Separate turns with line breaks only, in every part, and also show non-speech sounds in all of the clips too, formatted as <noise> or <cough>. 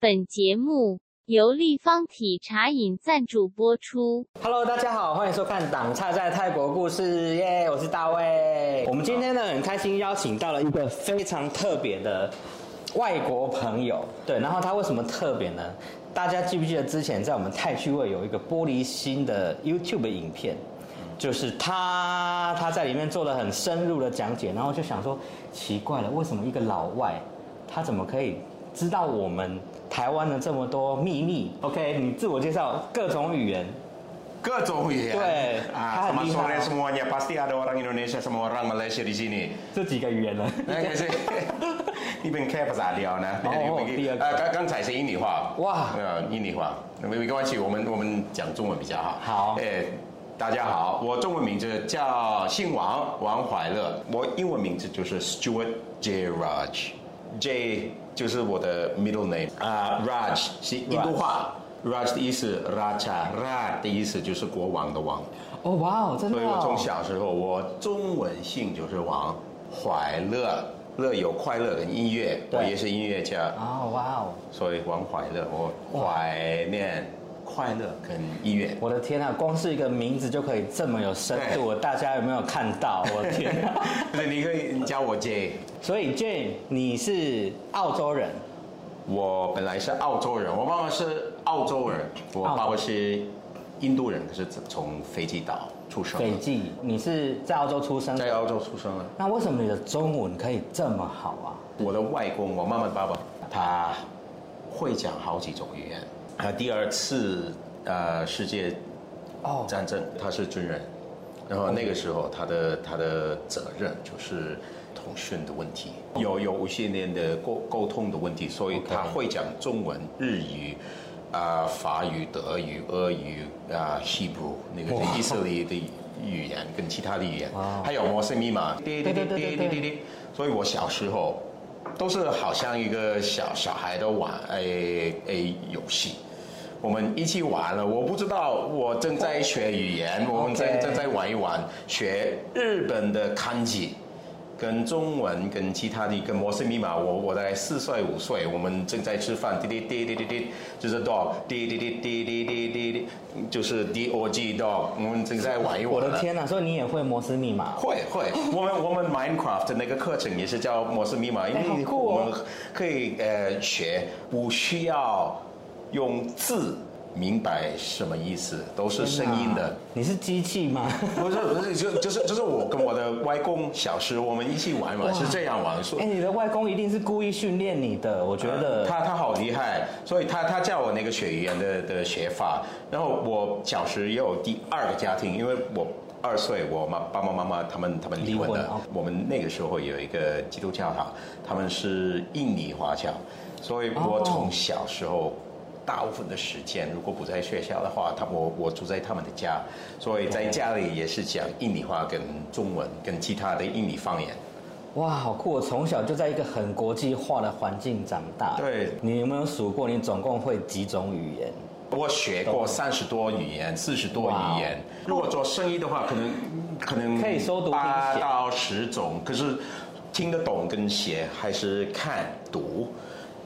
本节目由立方体茶饮赞助播出。
Hello，大家好，欢迎收看《党差在泰国故事》耶我是大卫。我们今天呢很开心邀请到了一个非常特别的外国朋友，对，然后他为什么特别呢？大家记不记得之前在我们泰趣味有一个玻璃心的 YouTube 影片？就是他，他在里面做了很深入的讲解，然后就想说，奇怪了，为什么一个老外，他怎么可以知道我们台湾的这么多秘密？OK，你自我介绍，各种语言，
Ke Zohui ya?
Betul.
Ah, sama
Hadiah.
sore semuanya. Pasti ada orang Indonesia sama orang Malaysia di sini.
这几个语言呢？
哎可 <laughs> 是你们开不咋聊呢？
哦
你们
第二个
呃，刚刚才是印尼话。
哇
呃，印尼话，那没没关系，我们我们讲中文比较好。
好
哎，大家好，我中文名字叫姓王，王怀乐。我英文名字就是 Stuart J Raj。J 就是我的 middle name 啊、r a j 是印度话。Raj 的意思，Raja，Ra 的意思就是国王的王，
哦，哇哦，真的、
所
哦。
以我从小时候，我中文姓就是王怀乐，乐有快乐跟音乐，
对
我也是音乐家，
哦，哇哦，
所以王怀乐，我怀念快乐跟音乐。
我的天啊，光是一个名字就可以这么有深度，大家有没有看到？我的天、啊！
<laughs> 不是，你可以你叫我 J。
所以 Jane，你是澳洲人，
我本来是澳洲人，我妈妈是澳洲人，我爸爸是印度人，可是从斐济岛出生的，
斐济，你是在澳洲出生的
在澳洲出生的。
那为什么你的中文可以这么好啊？
我的外公，我妈妈的爸爸，他会讲好几种语言。啊，第二次呃世界
哦，
战争，他是军人，然后那个时候他的他的责任就是通讯的问题，有有一些年的沟沟通的问题，所以
OK
他会讲中文、日语。啊、法语、德语、俄语啊、Hebrew，那个
哇
是以色列的语言跟其他的语言
哇，
还有摩斯密码，滴滴滴
对对
滴
对
滴
对
滴滴。所以我小时候都是好像一个小小孩的玩诶诶游戏，我们一起玩了。我不知道我正在学语言，我们
OK
正正在玩一玩学日本的汉字。跟中文、跟其他的、跟摩斯密码，我我大概四岁五岁，我们正在吃饭，滴滴滴滴滴滴，就是 dog，滴滴滴滴滴滴滴滴，就是 d o g dog，我们正在玩一玩
我
了。
的天呐、啊所以你也会摩斯密码？
会会，我们我们 Minecraft 的那个课程也是叫摩斯密码，因
哎好
为
酷哦
我们可以呃学，不需要用字明白什么意思，都是声音的。
啊你是机器吗？
不是不是，就就是就是我跟我的外公小时我们一起玩嘛，是这样玩，说
<laughs> 哎、你的外公一定是故意训练你的，我觉得。
呃他他好厉害，所以他他教我那个学语言的的学法。然后我小时也有第二个家庭，因为我二岁，我妈爸爸妈妈他们他们离婚
离
的。
婚哦
我们那个时候有一个基督教堂，他们是印尼华侨，所以我
哦
从小时候。大部分的时间，如果不在学校的话，他我我住在他们的家，所以在家里也是讲印尼话、跟中文、跟其他的印尼方言。
哇，好酷！我从小就在一个很国际化的环境长大。
对
你有没有数过你总共会几种语言？
我学过三十多语言，四十多语言。如果做生意的话，可能可能
可以收读听写
八到十种，可是听得懂跟写还是看读，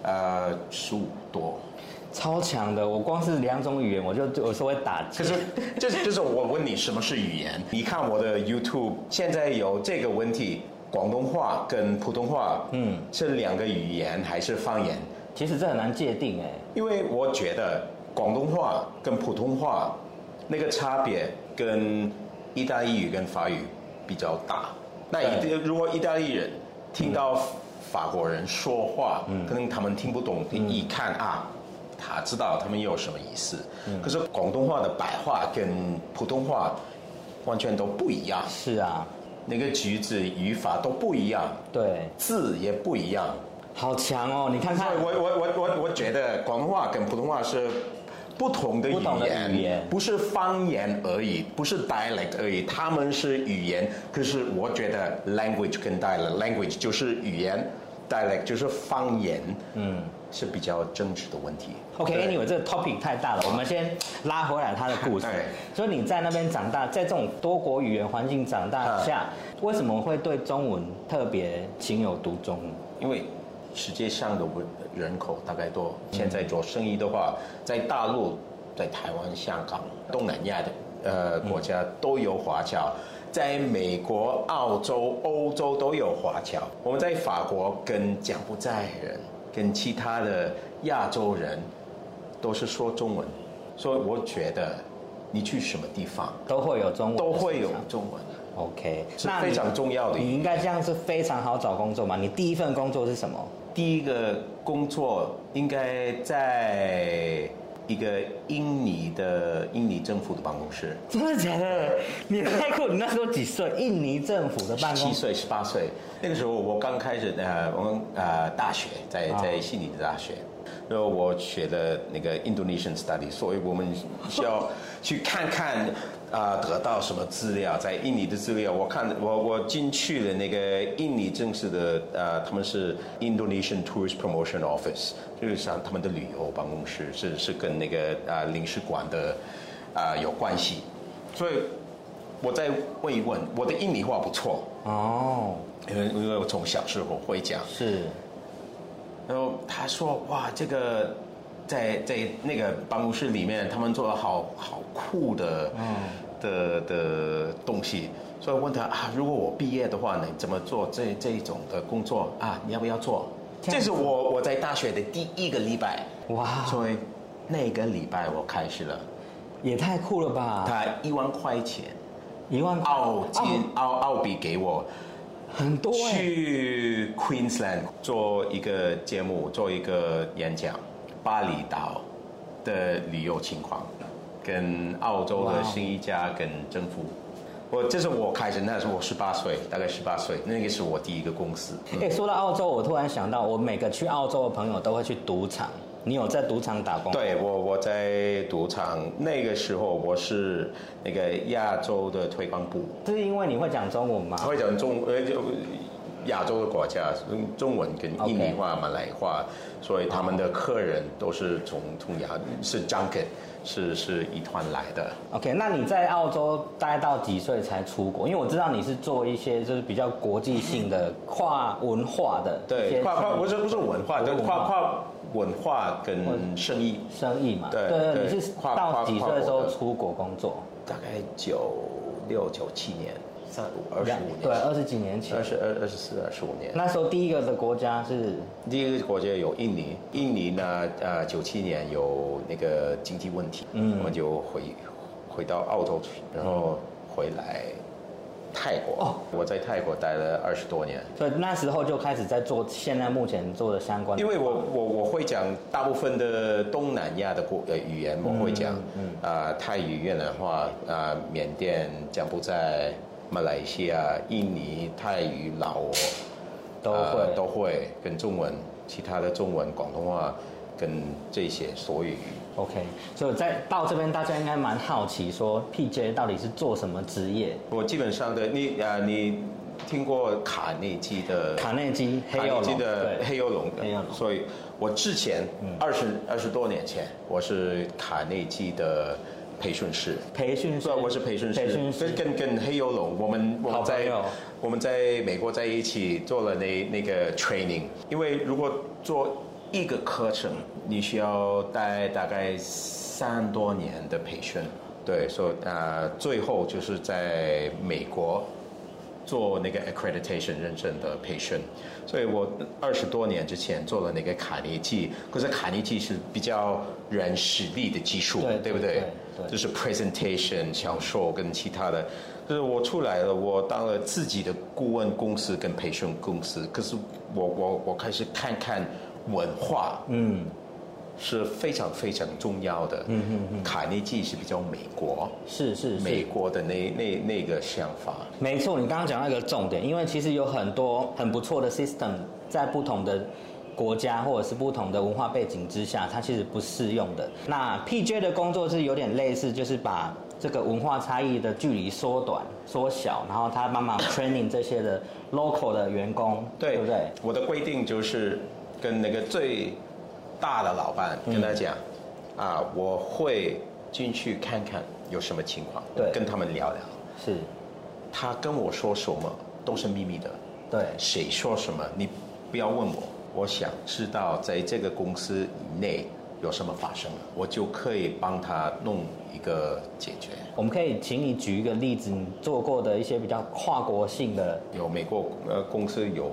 呃，十五多。
超强的！我光是两种语言，我就有时候会打结
可是，就是就是我问你什么是语言？你看我的 YouTube，现在有这个问题，广东话跟普通话，嗯，是两个语言还是方言？
其实这很难界定哎、
因为我觉得广东话跟普通话那个差别跟意大利语跟法语比较大。那一定如果意大利人听到法国人说话，可能他们听不懂，一看啊。他知道他们有什么意思，可是广东话的白话跟普通话完全都不一样，
是啊，
那个句子语法都不一样，
对，
字也不一样，
好强哦！你看
所
看
以，我我我我我觉得广东话跟普通话是不同的语
不同的
言，
语言
不是方言而已，不是 dialect 而已，他们是语言。可是我觉得 language 跟 dialect，language 就是语言，dialect 就是方言，嗯，是比较政治的问题。对
OK，Anyway，、这个 topic 太大了，我们先拉回来他的故事
对。
所以你在那边长大，在这种多国语言环境
嗯
长大下，为什么会对中文特别情有独钟？
因为世界上的文人口大概多。现在做生意的话，在大陆、在台湾、香港、东南亚的呃国家都有华侨，在美国、澳洲、欧洲都有华侨。我们在法国跟柬埔寨人、跟其他的亚洲人都是说中文，所以我觉得你去什么地方
都会有中文的市
都
场，
会有中文，
OK，
是
那
非
你
常重要的一
你应
点。
该这样是非常好找工作嘛？你第一份工作是什么？
第一个工作应该在一个印尼的印尼政府的办公室，
真的假的？你太酷！你那时候几岁？印尼政府的办
七
公
岁十八岁，那个时候我刚开始呃，我们呃大学在
啊
在悉尼的大学。然后我学了那个 Indonesian Study，所以我们需要去看看啊、得到什么资料，在印尼的资料。我看我我进去了那个印尼正式的呃，他们是 Indonesian Tourist Promotion Office，就是像他们的旅游办公室，是是跟那个啊、领事馆的啊、有关系。所以我再问一问，我的印尼话不错，
哦，
因为因为我从小时候会讲。
是
然后他说：“哇，这个在在那个办公室里面，他们做了好好酷的，
嗯
的的东西。”所以我问他啊，如果我毕业的话，你怎么做这这一种的工作啊？你要不要做？
这样
这
子
是我我在大学的第一个礼拜，
哇，
所以那个礼拜我开始了，
也太酷了吧！
他一万块钱
一万
澳金
哦
澳澳币给我，
很多哎，
去 Queensland 做一个节目，做一个演讲，巴厘岛的旅游情况，跟澳洲
哇哦
的生意家跟政府。我这是我开始，那时候我十八岁，大概十八岁，那个是我第一个公司。嗯
哎、说到澳洲，我突然想到，我每个去澳洲的朋友都会去赌场。你有在赌场打工？，
对我，我在赌场那个时候，我是那个亚洲的推广部，
这是因为你会讲中文吗？
他会讲中呃就亚洲的国家，嗯中文跟印尼话、马来话，所以他们的客人都是从从亚是 junket，是是一团来的。
OK，那你在澳洲待到几岁才出国？因为我知道你是做一些就是比较国际性的跨文化的一
对，
些
跨跨不是不是文化，对
文化
跨跨文化跟生意，
生意嘛。
对
对，
对
你是
跨
到几岁的时
跨跨国
候
的
出国工作？
大概九六九七年，三二十五
对，
年，
二十几年前
二。十二二十四二十五年。
那时候第一个的国家是
第一个国家有印尼，印尼呢，呃，九七年有那个经济问题，我们就回回到澳洲去，然后回来泰国。
哦
我在泰国待了二十多年，
所以那时候就开始在做现在目前做的相关的
因为我我我会讲大部分的东南亚的国呃语言，我会讲，啊、泰语、越南话，啊、缅甸、柬埔寨、马来西亚、印尼、泰语、老挝。
都
呃
会。
都会跟中文、其他的中文、广东话跟这些所有语。
OK，所以在到这边大家应该蛮好奇说 PJ 到底是做什么职业？
我基本上的你啊、呃你听过卡内基的
卡内基黑
卡
幼
内基
龙，
的
对，
黑幽龙，
黑幽龙嗯
所以我之前二十二十多年前，我是卡内基的培训师。
培训
对，
师，
我是培训师，
培训师
跟跟跟黑幽龙，我们我
好朋
们在
友
我们在美国在一起做了那那个 training，因为如果做一个课程，你需要待大概三多年的培训，对，所以呃，最后就是在美国做那个 accreditation 认证的培训，所以我二十多年之前做了那个卡尼基，可是卡尼基是比较软实力的基础，
对
不
对
对？
对对
就是 presentation 销售跟其他的，就是我出来了，我当了自己的顾问公司跟培训公司，可是我我我开始看看文化，
嗯，
是非常非常重要的。嗯嗯嗯，卡内基是比较美国，
是是
美
是，
国的那那那个想法。
没错，你刚刚讲到一个重点，因为其实有很多很不错的 system 在不同的。国家或者是不同的文化背景之下，它其实不适用的。那 PJ 的工作是有点类似，就是把这个文化差异的距离缩短、缩小，然后他帮忙 training 这些的 local 的员工，
对
对不对？
我的规定就是跟那个最大的老板
嗯
跟他讲，啊，我会进去看看有什么情况，
对
跟他们聊聊。
是，
他跟我说什么都是秘密的，
对，
谁说什么你不要问我，我想知道在这个公司以内有什么发生，我就可以帮他弄一个解决。
我们可以请你举一个例子，你做过的一些比较跨国性的，
有美国呃公司，有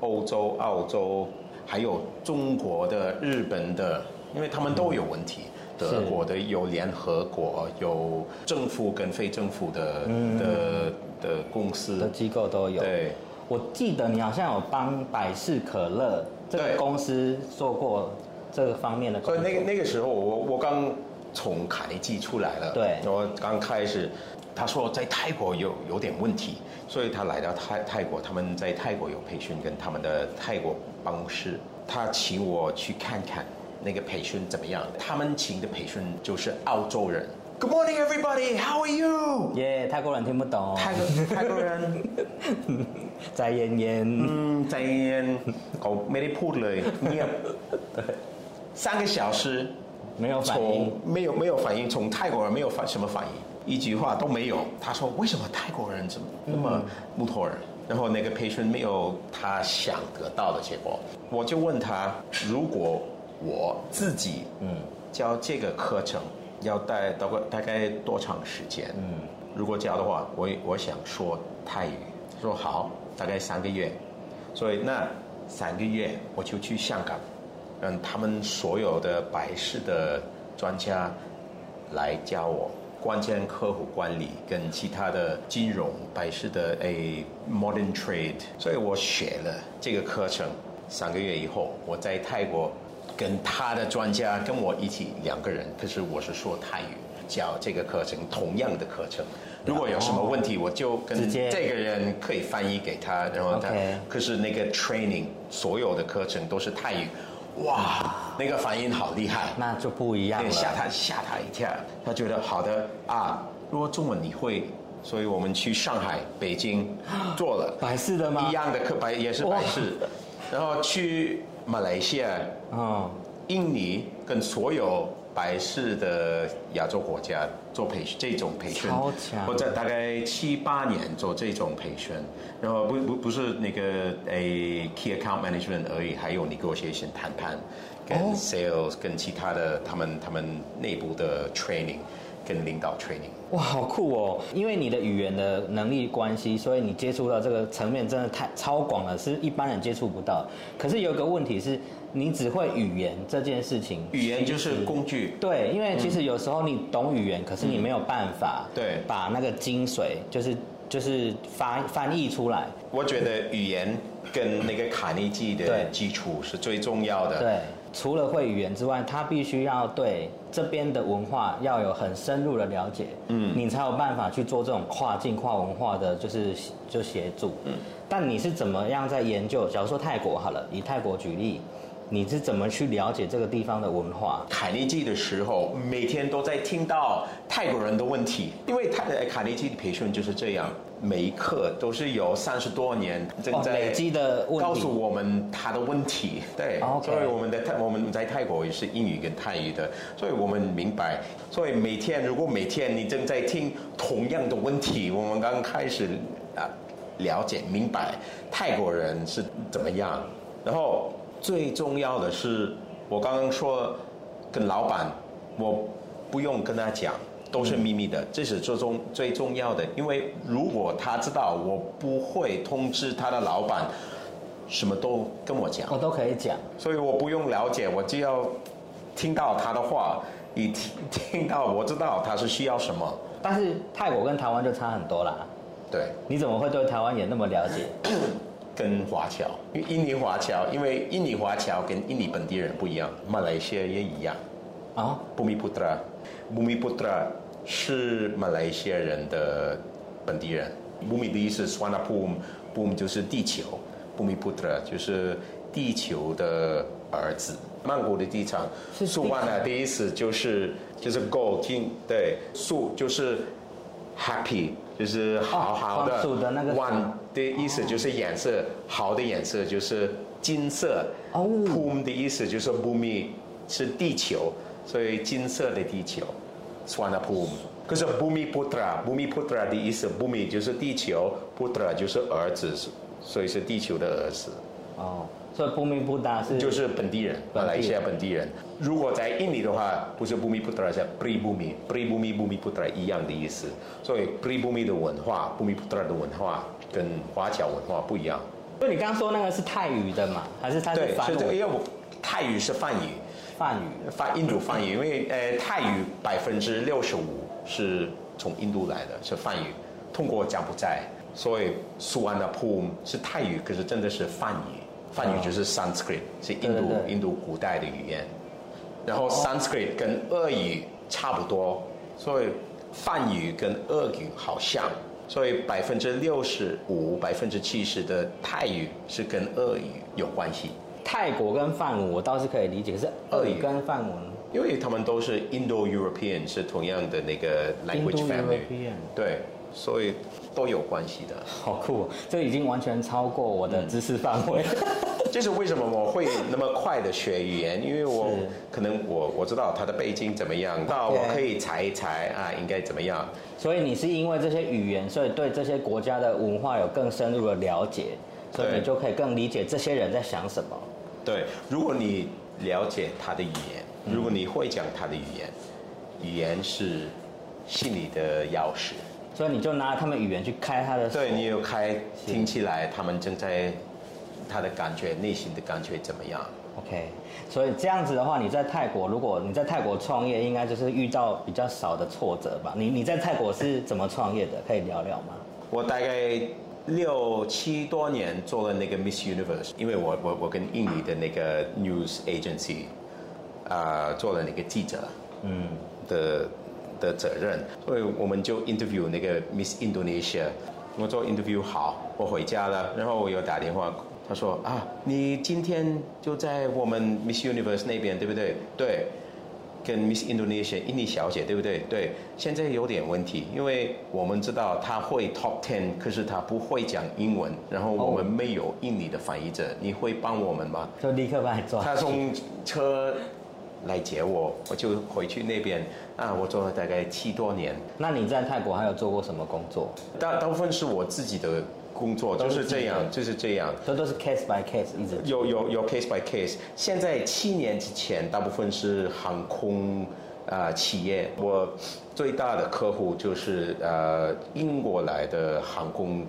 欧洲、澳洲，还有中国的、日本的，因为他们都有问题。德国的有联合国，有政府跟非政府的、的的公
的
司，
机构都有。
对，
我记得你好像有帮百事可乐这个
对
公司做过这个方面的工
所以
作。
那个那个时候我我刚从卡内基出来了，
对
我刚开始，他说在泰国有有点问题，所以他来到泰泰国，他们在泰国有培训，跟他们的泰国办公室，他请我去看看那个培训怎么样。他们请的培训就是澳洲人，Good morning everybody, how are you？
耶泰国人听不懂、哦，
泰国泰国人，
在烟烟。
嗯，在我没得พูดเลยเงียบ 三个小时
没有反
从
应，
没有没有反应，从泰国人没有反什么反应，一句话都没有。他说为什么泰国人怎么那
嗯
么木头人？然后那个培训没有他想得到的结果，我就问他，如果我自己
嗯
教这个课程要带大概大概多长时间？
嗯，
如果教的话，我我想说泰语，说好，大概三个月，所以那三个月我就去香港，让他们所有的百事的专家来教我。关键客户管理跟其他的金融、百事的诶 modern trade，所以我学了这个课程。三个月以后，我在泰国跟他的专家跟我一起两个人，可是我是说泰语教这个课程，同样的课程。如果有什么问题，我就跟
直接
这个人可以翻译给他，然后他
OK
可是那个 training 所有的课程都是泰语，哇，那个反应好厉害。
那就不一样
对
了。
吓他吓他一跳，他觉得好的啊，如果中文你会，所以我们去上海、北京做了
百事的吗
一？样的课，白也是白事，然后去马来西亚、
嗯，
印尼跟所有白事的亚洲国家做培训，这种培训
超强
我在大概七八年做这种培训，然后不不不是那个诶 key account management 而已，还有 negotiation 谈判，跟
哦
sales 跟其他的他们他们内部的 training 跟领导 training。
哇，好酷哦！因为你的语言的能力关系，所以你接触到这个层面真的太超广了，是一般人接触不到。可是有一个问题是，你只会语言这件事情，
语言就是工具，
对，因为其实有时候你懂语言，可是你没有办法
嗯对
把那个精髓就是就是翻翻译出来。
我觉得语言跟那个卡内基的
对
基础是最重要的。
对，除了会语言之外，他必须要对这边的文化要有很深入的了解，嗯，你才有办法去做这种跨境跨文化的就是就协助。嗯，但你是怎么样在研究？假如说泰国好了，以泰国举例，你是怎么去了解这个地方的文化？
卡内基的时候，每天都在听到泰国人的问题，因为泰呃卡内基的培训就是这样，每一课都是有三十多年正
哦，
在
累积的问题。哦
告诉我们他的问题，对
OK
所以我们的泰我们在泰国也是英语跟泰语的，所以我们明白，所以每天如果每天你正在听同样的问题，我们刚开始啊了解明白泰国人是怎么样，然后最重要的是我刚刚说跟老板，我不用跟他讲。都是秘密的，这是最重最重要的，因为如果他知道我不会通知他的老板，什么都跟我讲
我，都可以讲，
所以我不用了解，我只要听到他的话，你听听到我知道他是需要什么。
但是泰国跟台湾就差很多啦。
对，
你怎么会对台湾也那么了解？
跟华侨，因为印尼华侨，因为印尼华侨跟印尼本地人不一样，马来西亚也一样。
哦，
Bumi Putra，Bumi Putra 是马来西亚人的本地人。Bumi 的意思 s w a n a p u m b u m 就是地球，Bumi Putra 就是地球的儿子。曼谷的地产，
是
苏万的意思就是就是 gold 金对，素就是 happy，就是好好的。
黄鼠的那个
one 的意思就是颜色，好的颜色就是金色。
哦
Boom 的意思就是 boomy，是地球，所以金色的地球，Swana Boom。可是 Bumi Putra，Bumi Putra 的意思，Bumi 就是地球，Putra 就是儿子，所以是地球的儿子。
哦，所以不明不达是
就是本地人，马来西亚本地人。如果在印尼的话，不是 bumi putra，是 pri bumi，pri bumi bumi putra 一样的意思。所以 pri bumi 的文化，bumi putra 的文化跟华侨文化不一样。
就你刚刚说那个是泰语的嘛，还是它是
对，
梵
是这个，
文
因为我泰语是梵语，
梵语？
梵印度梵语，因为呃泰语百分之六十五是从印度来的，是梵语，通过柬埔寨，所以苏安的 p 是泰语，可是真的是梵语，梵语就是 Sanskrit，是印度
哦对对对哦
印度古代的语言，然后 Sanskrit 跟俄语差不多，所以梵语跟俄语好像。所以百分之六十五、百分之七十的泰语是跟俄语有关系。
泰国跟梵文我倒是可以理解，可是俄语跟梵文
因为他们都是 Indo-European，是同样的那个 language family，
Indo-European
对，所以都有关系的。
好酷、哦，这已经完全超过我的知识范围。
这是为什么我会那么快的学语言？因为我
是
可能我我知道它的背景怎么样，那我可以猜一猜啊，应该怎么样？
<laughs> 所以你是因为这些语言，所以对这些国家的文化有更深入的了解，所以
对
你就可以更理解这些人在想什么。
对，如果你了解他的语言，如果你会讲他的语言，语言是心里的钥匙。
所以你就拿他们语言去开他的锁
对你有开听起来，他们正在他的感觉，内心的感觉怎么样？
OK，所以这样子的话，你在泰国，如果你在泰国创业，应该就是遇到比较少的挫折吧？你你在泰国是怎么创业的？可以聊聊吗？
我大概六七多年做了那个 Miss Universe，因为我我我跟印尼的那个 news agency，啊、做了那个记者，嗯的的责任，所以我们就 interview 那个 Miss Indonesia，我做 interview 好，我回家了，然后我有打电话。他说啊，你今天就在我们 Miss Universe 那边，对不对？对，跟 Miss Indonesia 印尼小姐，对不对？对，现在有点问题，因为我们知道她会 Top Ten，可是她不会讲英文，然后我们没有印尼的翻译者，你会帮我们吗？
就立刻把你
<laughs>
抓。
他从车来接我，我就回去那边啊，我做了大概七多年，
那你在泰国还有做过什么工作？
大大部分是我自己的工作，
都
就是是这样，就是这样。
这都是 case by case 一直
有有有 case by case。现在七年之前，大部分是航空呃企业。我最大的客户就是呃英国来的航空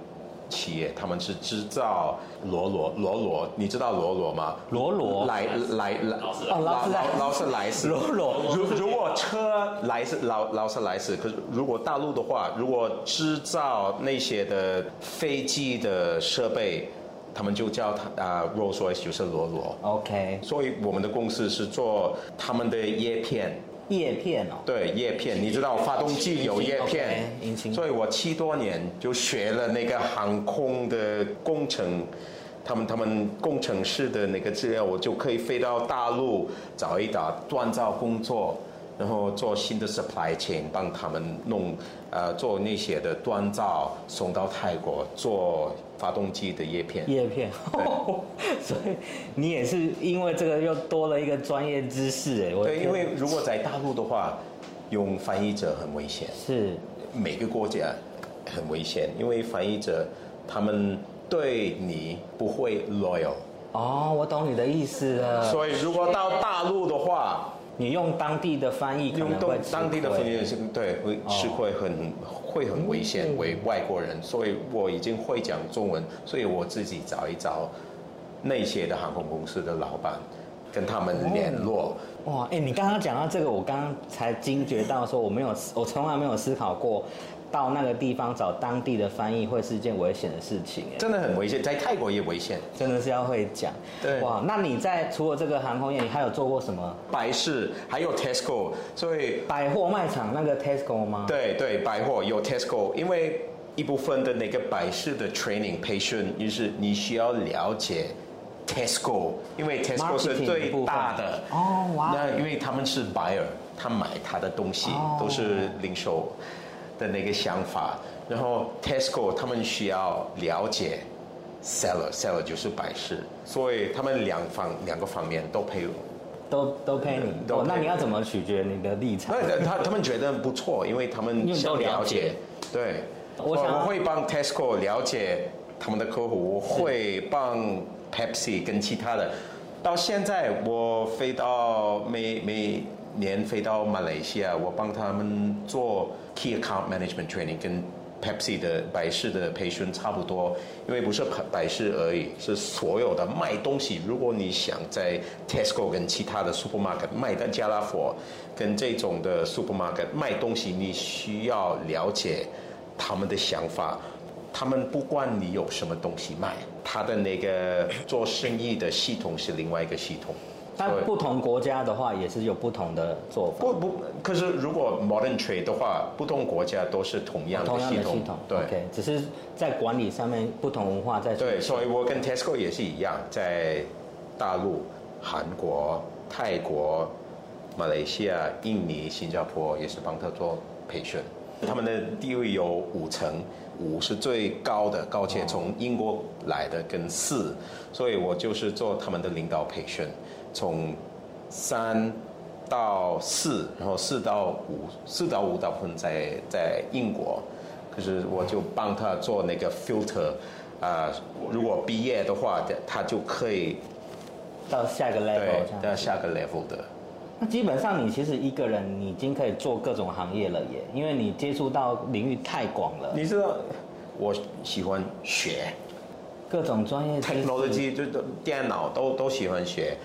企业，他们是制造罗罗罗罗，你知道罗罗吗？
罗罗
莱莱莱
哦劳斯莱斯
劳劳斯莱斯
罗罗
如如果车来自劳劳斯莱斯，可是如果大陆的话，如果制造那些的飞机的设备，他们就叫它啊、Rolls Royce 就是罗罗。
OK，
所以我们的公司是做他们的叶片，
叶片哦。
对叶片，你知道发动机有叶片
引擎，OK，引擎
所以我七多年就学了那个航空的工程，他们他们工程师的那个资料，我就可以飞到大陆找一找锻造工作，然后做新的 supply chain，帮他们弄呃做那些的锻造送到泰国做发动机的叶片。
叶片， <laughs> 所以你也是因为这个又多了一个专业知识哎，我的
对，
天
因为如果在大陆的话，用翻译者很危险。
是
每个国家很危险，因为翻译者他们对你不会 loyal，、
哦，我懂你的意思了。
所以如果到大陆的话，
你用当地的翻译可
用
能
当
会
当地的翻
吃
译
亏
是对会吃亏很、会很危险，为外国人，所以我已经会讲中文，所以我自己找一找那些的航空公司的老板，跟他们联络。
哇，哎、你刚刚讲到这个，我刚刚才惊觉到说，我没有，我从来没有思考过，到那个地方找当地的翻译会是一件危险的事情，哎，
真的很危险，在泰国也危险。
真的是要会讲。
对
哇，那你在除了这个航空业，你还有做过什么？
百事还有 Tesco，所以
百货卖场那个 Tesco 吗？
对对，百货有 Tesco，因为一部分的那个百事的 training 培训，就是你需要了解 Tesco，因为 Tesco 是
Marketing
最大
的
的
部分哦哇
那因为他们是 buyer，他买他的东西、
哦
都是零售的那个想法，然后 Tesco 他们需要了解 seller，seller 就是百事，所以他们两方两个方面都培
都都配你。
都
哦，那
配
你要怎么取决你的立场？
那他他们觉得不错，因为他们
因为
想
都了
了
解
解，对，
我想
会帮 Tesco 了解他们的客户，我会帮 Pepsi 跟其他的。到现在我飞到每每年飞到马来西亚，我帮他们做 Key Account Management Training 跟 Pepsi 的百事的培训差不多，因为不是百百事而已，是所有的卖东西。如果你想在 Tesco 跟其他的 supermarket 卖的家乐福跟这种的 supermarket 卖东西，你需要了解他们的想法。他们不管你有什么东西卖，他的那个做生意的系统是另外一个系统。
但
对
不同国家的话也是有不同的做法。
不不，可是如果 modern trade 的话，不同国家都是同样的
同样
系
的
统，
系统，
对。
OK，只是在管理上面不同文化在处理
对，所以我跟 Tesco 也是一样，在大陆、韩国、泰国、马来西亚、印尼、新加坡也是帮他做培训。他们的地位有五层，五是最高的，而且从英国来的跟四，所以我就是做他们的领导培训，从三到四，然后四到五，四到五大部分在在英国，可是我就帮他做那个 filter，啊、如果毕业的话，他就可以
到下一个 level
对
这
到
样。
下个 level 的。
那基本上你其实一个人你已经可以做各种行业了耶，因为你接触到领域太广了，
你知道，我喜欢学
各种专业知识
technology，就都电脑都都喜欢学。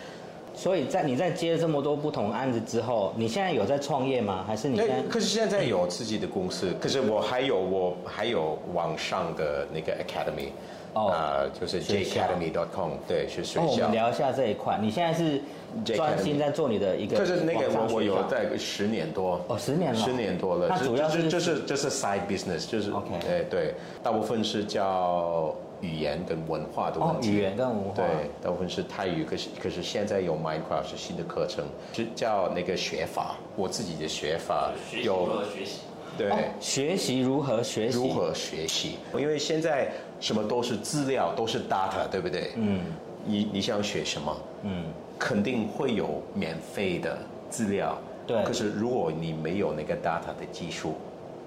所以在你在接这么多不同案子之后，你现在有在创业吗？还是你现在哦
那哎可是现在有自己的公司，可是我还有我还有网上的那个 academy，
哦
啊、就是
学
j
校
academy dot com，对，是学
哦，我
校。
们聊一下这一块。你现在是
J
专心在做你的一个
可
网
是
上
那个我我
学校
有在十年多，
哦十年了
十年多了。
那主要是
就就是就是 side business，就是
OK
哎对，大部分是叫语言跟文化的
哦
问题。
语言跟文化
对，大部分是泰语，可是可是现在有 Minecraft 是新的课程，是叫那个学法，我自己的学法
学习如
有
何学习？
对。
哦学习如何学习
如何学习？因为现在什么都是资料，都是 data，对不对？嗯，你你想学什么？嗯，肯定会有免费的资料。
对
可是如果你没有那个 data 的技术，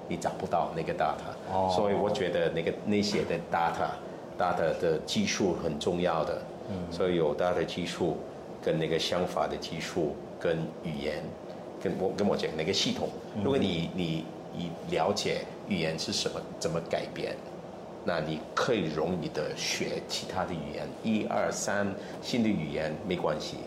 你找不到那个 data。
哦
所以我觉得那个那些的 data data 的技术很重要的。嗯，所以有 data 技术跟那个想法的技术跟语言。跟我跟我讲那个系统，如果你你你了解语言是什么，怎么改变，那你可以容易的学其他的语言，一二三新的语言没关系。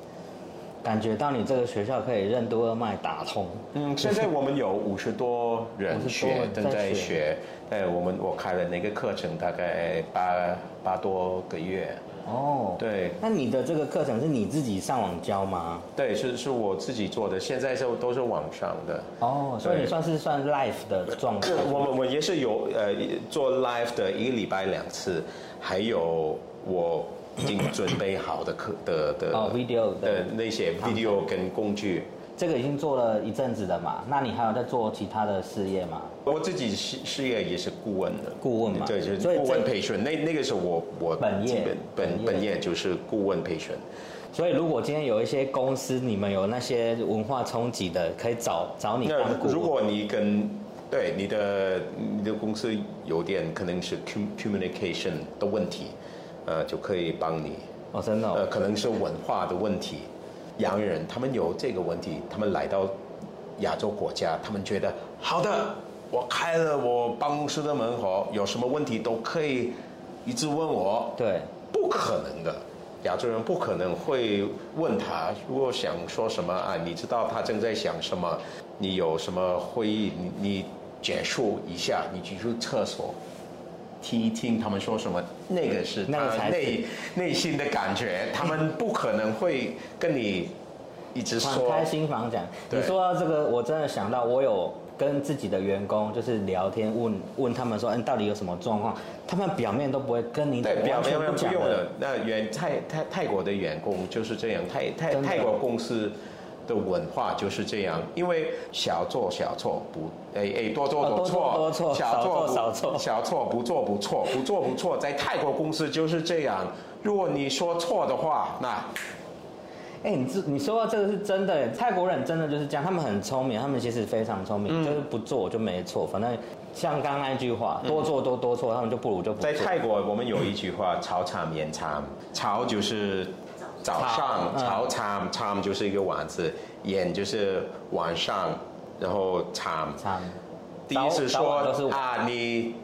感觉到你这个学校可以任督二脉打通。
嗯，现在我们有五十多人
50多
学
人
正
在
在
学
学，哎，我们我开了那个课程，大概八八多个月，
哦，。
对，
那你的这个课程是你自己上网教吗？
对，是是我自己做的，现在是都是网上的。
哦，所以
对
你算是算 life 的状态。
我们我们也是有呃做 live 的一个礼拜两次，还有我已经准备好的课的的
哦，video
的
的
那些 video 跟工具。
这个已经做了一阵子了嘛？那你还有在做其他的事业吗？
我自己事事业也是顾问的，
顾问嘛
对，就是
所以
顾
这
问培训。那那个是我我
本业
基本本
本业
本业就是顾问培训。
所以如果今天有一些公司你们有那些文化冲击的，可以找找你当顾
那
问。
如果你跟对你的你的公司有点可能是 com- communication 的问题，呃，就可以帮你。
哦，真的、哦
呃，可能是文化的问题。洋人他们有这个问题，他们来到亚洲国家，他们觉得好的，我开了我办公室的门口，有什么问题都可以一直问我，
对，
不可能的。亚洲人不可能会问他，如果想说什么啊，你知道他正在想什么，你有什么会议，你你简述一下，你去去厕所听一听他们说什么，那个是
那个
他
才是
内内心的感觉，他们不可能会跟你一直
敞
说。
开心房讲。
对
你说到这个，我真的想到，我有跟自己的员工就是聊天，问问他们说，嗯，到底有什么状况？他们表面都不会跟你
对，表
完
面
全
不
讲
用的。那原泰泰泰国的员工就是这样，泰泰
真的
泰国公司的文化就是这样，因为小做小错不，哎哎多做
哦
多
多
错，
做多错
小
少
做
做
不
少做
小错不做不错，不做不错，在泰国公司就是这样。如果你说错的话，那
哎、你这你说到这个是真的耶，泰国人真的就是这样，他们很聪明，他们其实非常聪
嗯
明，就是不做就没错，反正像刚刚那句话，多做多多错，他们就不如就不做
嗯在。泰国，我们有一句话“炒场延长”，炒就是早
嗯
上，炒场场就是一个晚字，演就是晚上，然后场
惨
第一是
早
说
晚都是晚
啊，你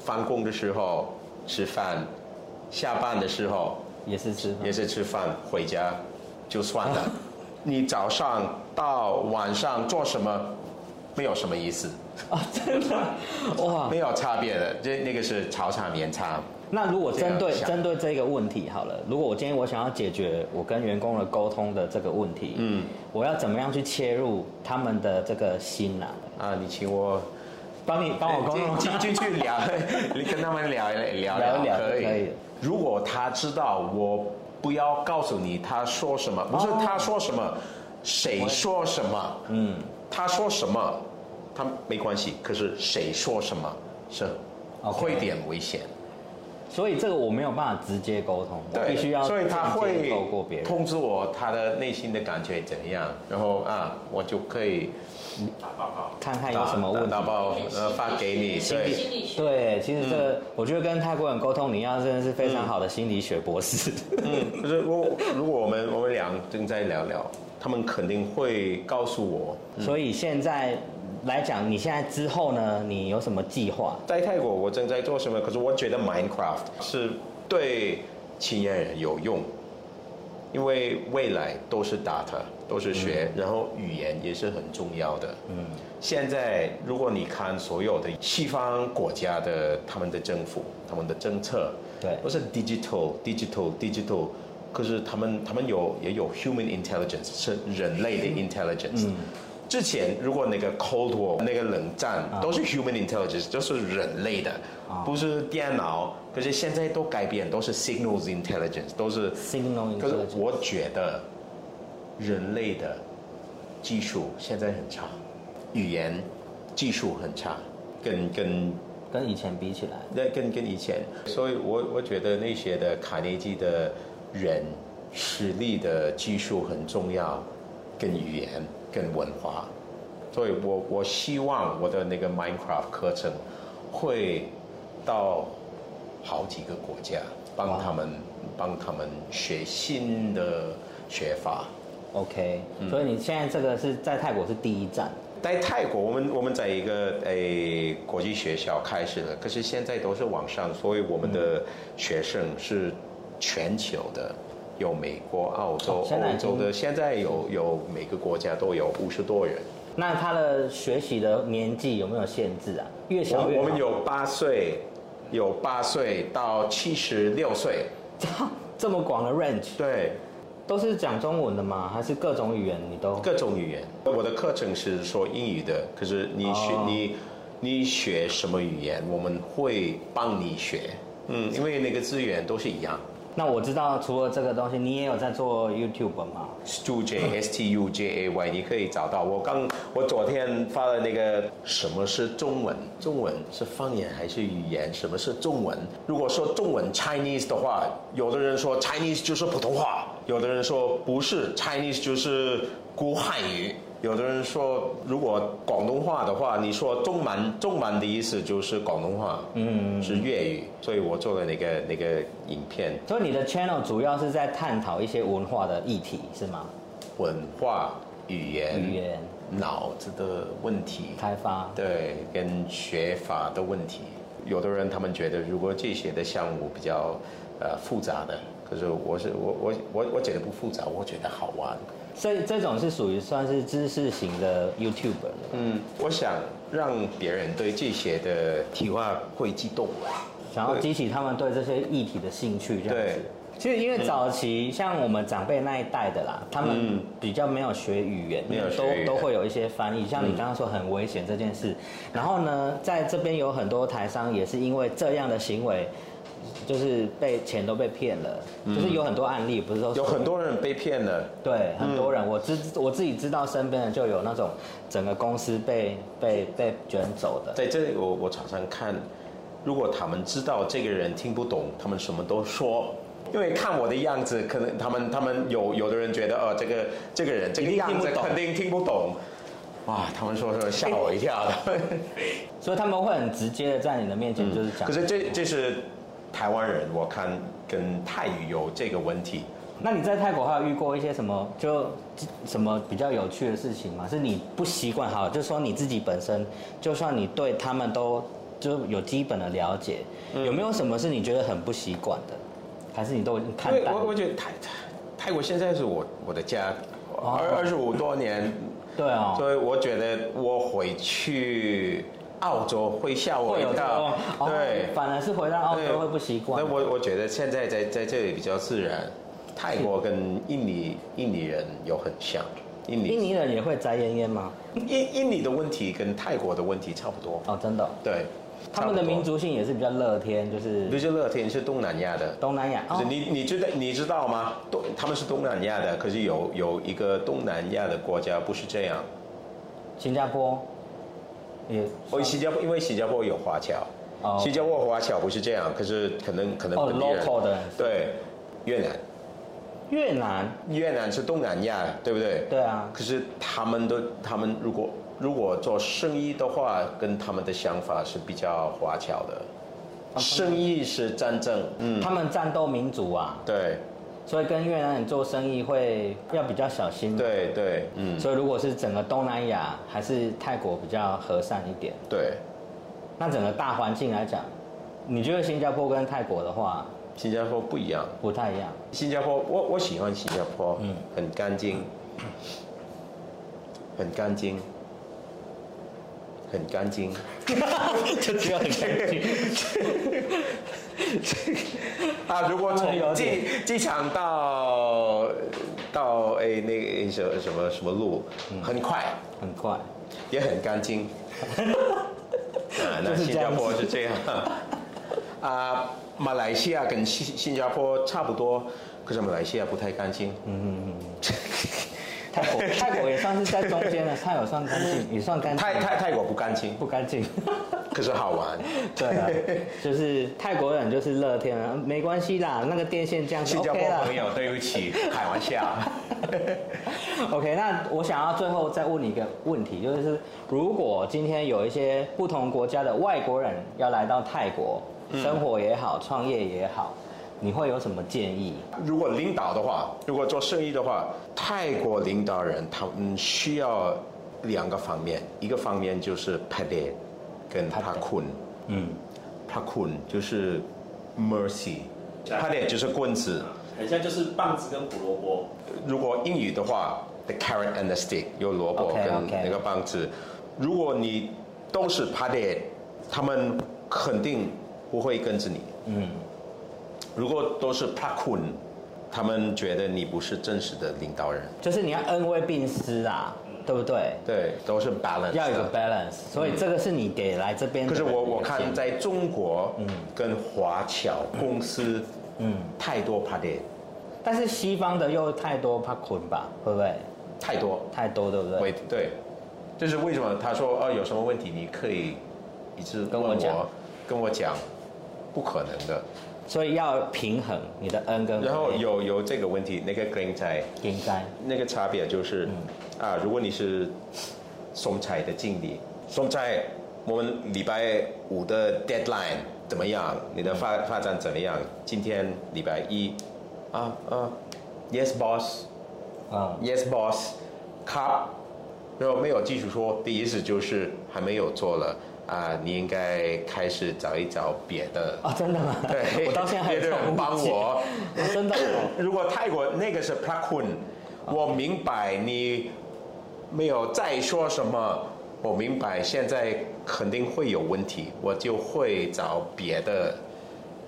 放工的时候吃饭，下班的时候
也是吃
也
饭，
是吃饭，回家就算了。 <laughs> 你早上到晚上做什么，没有什么意思，
啊，真的哇。
没有差别的。这那个是炒场延长。
那如果针对
这样想
针对这个问题好了，如果我今天我想要解决我跟员工的沟通的这个问题，嗯，我要怎么样去切入他们的这个心呢、
啊，你请我
帮你帮我沟通
哎进进进去聊，你跟他们聊聊
聊一聊
可以。
可以
如果他知道我不要告诉你他说什么，不是
哦
他说什么，谁说什么，嗯，他说什么，他没关系。可是谁说什么是
OK
会点危险，
<laughs> 所以这个我没有办法直接沟通，我必须要
所以他
间接
会
透过别人。
通知我他的内心的感觉怎样，然后啊，我就可以
看看有什么问题
打。包呃发给你，对。
心理学，
对，其实这
嗯
个、我觉得跟泰国人沟通，你要真的是非常好的心理学博士。
嗯，不是我，如果我们我们俩正在聊聊，他们肯定会告诉我。
所以现在来讲，你现在之后呢，你有什么计划？
在泰国我正在做什么？可是我觉得 Minecraft 是对青年人有用，因为未来都是 data，都是学，然后语言也是很重要的。嗯，现在如果你看所有的西方国家的他们的政府、他们的政策，
对
都是 digital、digital、digital。可是他们他们有也有 human intelligence，是人类的 intelligence。之前如果那个 Cold War 那个冷战都是 human intelligence，就是人类的，不是电脑。可是现在都改变，都是 signals intelligence，都是
Signal
可是
intelligence
我觉得人类的技术现在很差，语言技术很差，跟跟
跟以前比起来，
那跟跟以前，所以我我觉得那些的卡内基的人实力的技术很重要，跟语言跟文化，所以我我希望我的那个 Minecraft 课程会到好几个国家，帮他们帮他们学新的学法。
OK，、所以
嗯
你现在这个是在泰国是第一站，
在泰国，我们我们在一个诶、国际学校开始了，可是现在都是网上，所以我们
嗯
的学生是全球的，有美国、澳洲、
哦现在已
欧
经
洲的，现在有有每个国家都有五十多人。
那他的学习的年纪有没有限制啊？越
我
小越
们
好
我们有八岁，有八岁到七十六岁，
<laughs> 这么广的 range，
对，
都是讲中文的吗？还是各种语言你都？
各种语言。我的课程是说英语的，可是你学、
哦
你你学什么语言，我们会帮你学。嗯，因为那个资源都是一样。
那我知道除了这个东西，你也有在做 YouTube 吗？
Stu J S T U J A Y，你可以找到我刚我昨天发的那个什么是中文？中文是方言还是语言？什么是中文？如果说中文 Chinese 的话，有的人说 Chinese 就是普通话，有的人说不是 Chinese 就是古汉语。有的人说，如果广东话的话，你说中文，中文的意思就是广东话，嗯，是粤语，所以我做了那个那个影片，
所以你的 channel 主要是在探讨一些文化的议题是吗？
文化、语言、
语言
脑子的问题，
开发，
对，跟学法的问题。有的人他们觉得，如果这些的项目比较呃复杂的，可是我是我我我我觉得不复杂，我觉得好玩。
这这种是属于算是知识型的 YouTuber 了
嗯，我想让别人对这些的体化会激动。
想要激起他们对这些议题的兴趣，这样子
对。
其实因为早期像我们长辈那一代的啦，他们比较没有学语言，
嗯没有学语言嗯
都都会有一些翻译。像你刚刚说很危险这件事，然后呢，在这边有很多台商也是因为这样的行为，就是被钱都被骗了，就是有很多案例，不是说
嗯有很多人被骗了，
对，很多人，我知我自己知道，身边的就有那种整个公司被被被卷走的。
在这里我我常常看，如果他们知道这个人听不懂，他们什么都说，因为看我的样子，可能他们他们有有的人觉得，哦，这个这个人这个
一定
样
听不
子
懂
肯定听不懂。哇，他们说说吓我一跳的。
所以他们会很直接的在你的面前就是讲。
可是这这是台湾人，我看跟泰语有这个问题。
那你在泰国还有遇过一些什么就什么比较有趣的事情吗？是你不习惯好，就说你自己本身，就算你对他们都就有基本的了解，有没有什么是你觉得很不习惯的？还是你都已经看
因为
淡
我我
了？
觉得泰泰泰国现在是我我的家，
哦
二二十五多年，
对哦，
所以我觉得我回去澳洲会吓我
会
一
有这种
跳。对
哦，，反而是回到澳洲会不习惯
那。我我觉得现在在在这里比较自然。泰国跟印尼印尼人有很像，印
印
尼
尼人也会摘烟烟吗？
印印尼的问题跟泰国的问题差不多。
哦，真的哦，
对，
他们的民
族
族性也是比较乐天，就是
不是乐天是东南亚的，
东南亚。
就是
哦
你你知道你知道吗？东他们是东南亚的，可是有有一个东南亚的国家不是这样。
新加坡也
哦，新加坡因为新加坡有华侨，
哦
新加坡华侨不是这样，可是可能可能
哦
本地人、
local 的
对越南。
越南，
越南是东南亚，对不对？
对啊，
可是他们都，他们如果如果做生意的话，跟他们的想法是比较华侨
哦
的，生意是战争，嗯，
他们战斗民族啊，
对
所以跟越南人做生意会要比较小心。，
对对，嗯，
所以如果是整个东南亚还是泰国比较和善一点，
对，
那整个大环境来讲，你觉得新加坡跟泰国的话
新加坡不一样，
不太一样？ <laughs>
新加坡我我喜欢新加坡，
嗯
嗯，很干净，很干净，很干净，
就只有很干净。
啊，如果
哎
从
有
机
点
机场到到诶那个诶什么什么什么路，
嗯
很快
很快，
也很
<laughs>
干净。啊，那
就是这
新加
样子
坡是这样。啊，马来西亚跟新新加坡差不多，可是马来西亚不太干净。
嗯泰国泰国也算是在中间
<laughs>
了，泰国算干净，也算干净，
泰泰泰国不干净，
不干
<laughs>
净。
可是好
<laughs>
玩。
对啊，就是泰国人就是乐天啊，没关系啦，那个电线这样是
新加坡
OK 啦。
朋友，对不起，开玩笑。
<laughs> OK，那我想要最后再问你一个问题，就是如果今天有一些不同国家的外国人要来到泰国、
嗯
生活也好，创业也好，你会有什么建议？
如果领导的话，如果做生意的话，泰国领导人他们需要两个方面，一个方面就是拍 a 跟
Pad
帕坤，
嗯，
帕坤就是 mercy，拍 a 就是棍子。
很像就是棒子跟胡萝卜。
如果英语的话，the carrot and the stick 有萝卜
OK，
跟
OK
那个棒子。如果你都是拍 a 他们肯定不会跟着你。
嗯，
如果都是帕坤，他们觉得你不是真实的领导人。
就是你要恩威并施啊，对不对？
对，都是 balance 的。
要有一个 balance，所以这个是你给来这边的
可是我我
一个建
看
议
在中国，嗯，跟华侨公司，
嗯
嗯，太多 party，
但是西方的又太多怕捆吧，会不会
太多，
太多，对不对？
为对，这是为什么？他说哦，有什么问题你可以一直
跟我
问
讲
我，跟我讲，不可能的。
所以要平衡你的恩跟威
然后有有这个问题，那个 green 菜
应该
那个差别就是，
嗯
啊，如果你是松菜的经理，松菜我们礼拜五的 deadline 怎么样？你的发发展怎么样？今天礼拜一，啊啊，yes boss，yes
嗯
boss，卡，然后没有技术说的意思就是还没有做了啊，你应该开始找一找别的。
<laughs> 哦，真的吗？
对，
我到现在还有
别
这
的
种
人帮
误解
我，
哦真的哦
如果泰国那个是 p l a k u n 我明白你没有再说什么，我明白现在肯定会有问题，我就会找别的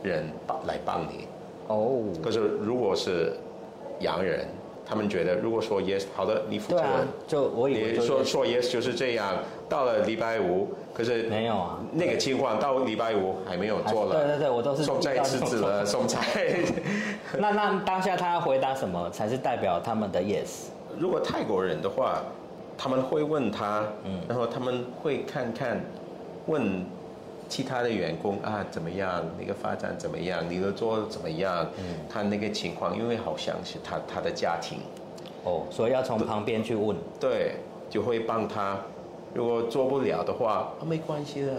人帮来帮你。
哦，
可是如果是洋人，他们觉得如果说 yes，好的，你负
对
责
啊
任。，
就我以为
你
就
说
是
说 yes 就是这样，到了礼拜五，可是
没有啊
那个情况到礼拜五还没有做了，
对对对我都是
送菜辞职了，送菜。
<laughs> 那那当下他要回答什么才是代表他们的 yes？
如果泰国人的话，
嗯
他们会问他，然后他们会看看，问其他的员工啊怎么样，那个发展怎么样，你的做得怎么样，
嗯
他那个情况，因为好像是他他的家庭，
哦，所以要从旁边去问。
对，就会帮他。如果做不了的话，啊没关系的，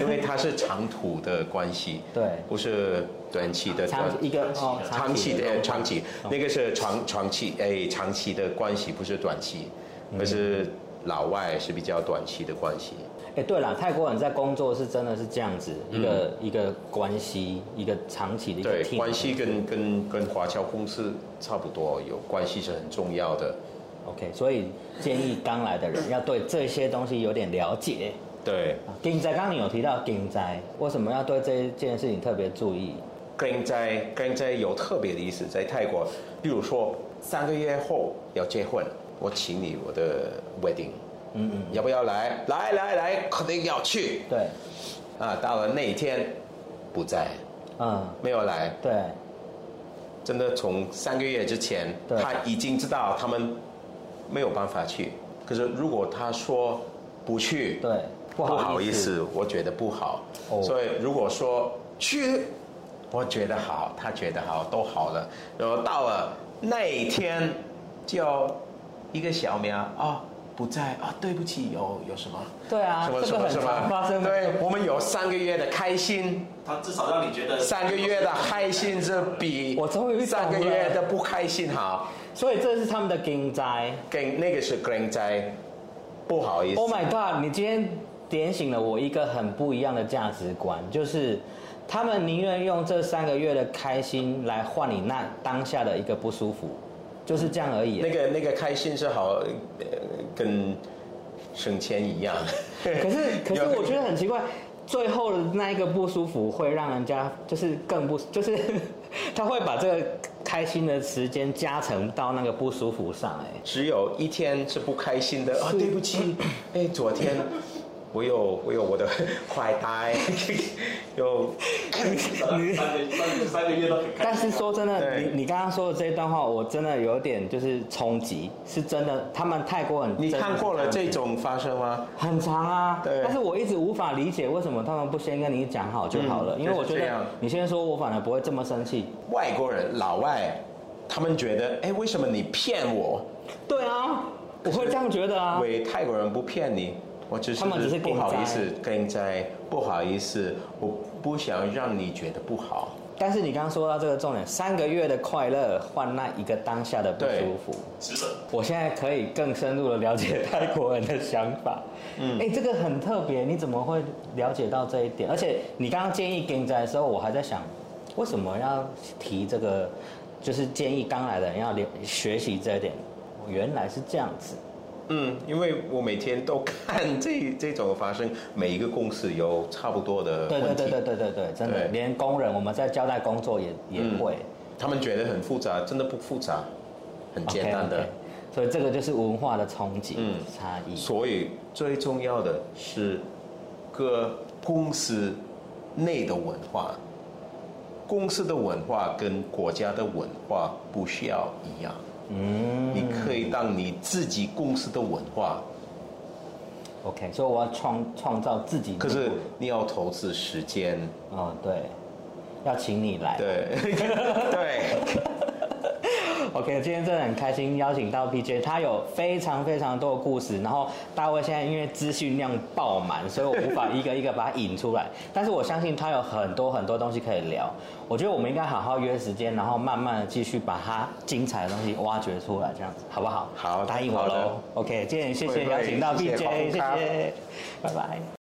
因为他是长途的关系， <laughs>
对，
不是短期的
长
短
一个哦，
长期的
的哦
呃长期，那个是长长期哎长期的关系，不是短期，
嗯
而是老外是比较短期的关系。
哎，对了，泰国人在工作是真的是这样子，一个、一个关系，一个长期的一个
嗯对，
team
关系跟跟跟华侨公司差不多，有关系是很重要的。
OK，所以建议刚来的人要对这些东西有点了解。
对，
啊警灾，刚刚你有提到警灾，为什么要对这件事情特别注意？
跟在跟在有特别的意思，在泰国，比如说三个月后要结婚，我请你我的 wedding，
嗯嗯，
要不要来？来来来，肯定要去
对，
啊！到了那一天，不在，
嗯，
没有来，
对，
真的从三个月之前，
对
他已经知道他们没有办法去。可是如果他说不去，
对不
不
好意思
好意思，我觉得不好。
哦
所以如果说去，我觉得好，他觉得好，都好了。然后到了那一天，就一个小苗啊、不在啊、对不起，有有什么？
对啊，
什么
这
什
个
么
很
什
常发
么？
生。
对，我们有三个月的开心，
他至少让你觉得
三个月的开心是比
我终于懂了
三个月的不开心好。
所以这是他们的警灾。
跟那个是 g r e n 灾，不好意思。
Oh my god！你今天点醒了我一个很不一样的价值观，就是他们宁愿用这三个月的开心来换你那当下的一个不舒服，就是这样而已。
那个那个开心是好，呃，跟省钱一样。
可是可是
有
我觉得很奇怪，最后的那一个不舒服会让人家就是更不就是 <laughs> 他会把这个开心的时间加成到那个不舒服上哎、
只有一天是不开心的啊！
是
对
<clears throat>
不起，哎，昨天我有我有我的快呆， <laughs> 有
三个三个三个月都很开
但
心。
是说真的，
对
你你刚刚说的这一段话，我真的有点就是冲击，是真的。他们泰国很
你
真的
看
是
过了
这样
这种发生吗？
很长啊，
对
但是我一直无法理解为什么他们不先跟你讲好就好了，
嗯
因为我
就是
觉
这样
得你先说，我反而不会这么生气。
外国人老外，他们觉得哎，为什么你骗我？
对啊，我会这样觉得啊。
为泰国人不骗你，我只是
他们只是
不好意思
跟
跟在不好意思，我不想让你觉得不好。
但是你刚刚说到这个重点，三个月的快乐换那一个当下的不舒服。
值得。
我现在可以更深入的了解泰国人的想法。嗯，哎、这个很特别，你怎么会了解到这一点？而且你刚刚建议给你在的时候，我还在想，为什么要提这个？就是建议刚来的人要了学习这一点。原来是这样子，
嗯，因为我每天都看 <laughs> 这这种发生，每一个公司有差不多的
对对
呃问题，
对对对对对，真的，
对
连工人我们在交代工作也也
嗯
会。
他们觉得很复杂，真的不复杂，很简单的。
o k o k 所以这个就是文化的冲击、
嗯
差异。
所以最重要的是各公司内的文化，公司的文化跟国家的文化不需要一样。
嗯
你可以让你自己公司的文化，
OK，所以我要创创造自己内部。
可是你要投资时间，
哦，对，要请你来。 <laughs>
对对，
OK，今天真的很开心，邀请到 PJ，他有非常非常多的故事。然后大卫现在因为资讯量爆满，所以我无法一个一个把它引出
<laughs>
来。但是我相信他有很多很多东西可以聊。我觉得我们应该好好约时间，然后慢慢的继续把它精彩的东西挖掘出来，这样子好不好？
好
答应我
好的
喽。OK，今天谢
会
谢
会
邀请到
谢谢
PJ，
黄
谢
咖
谢，拜拜。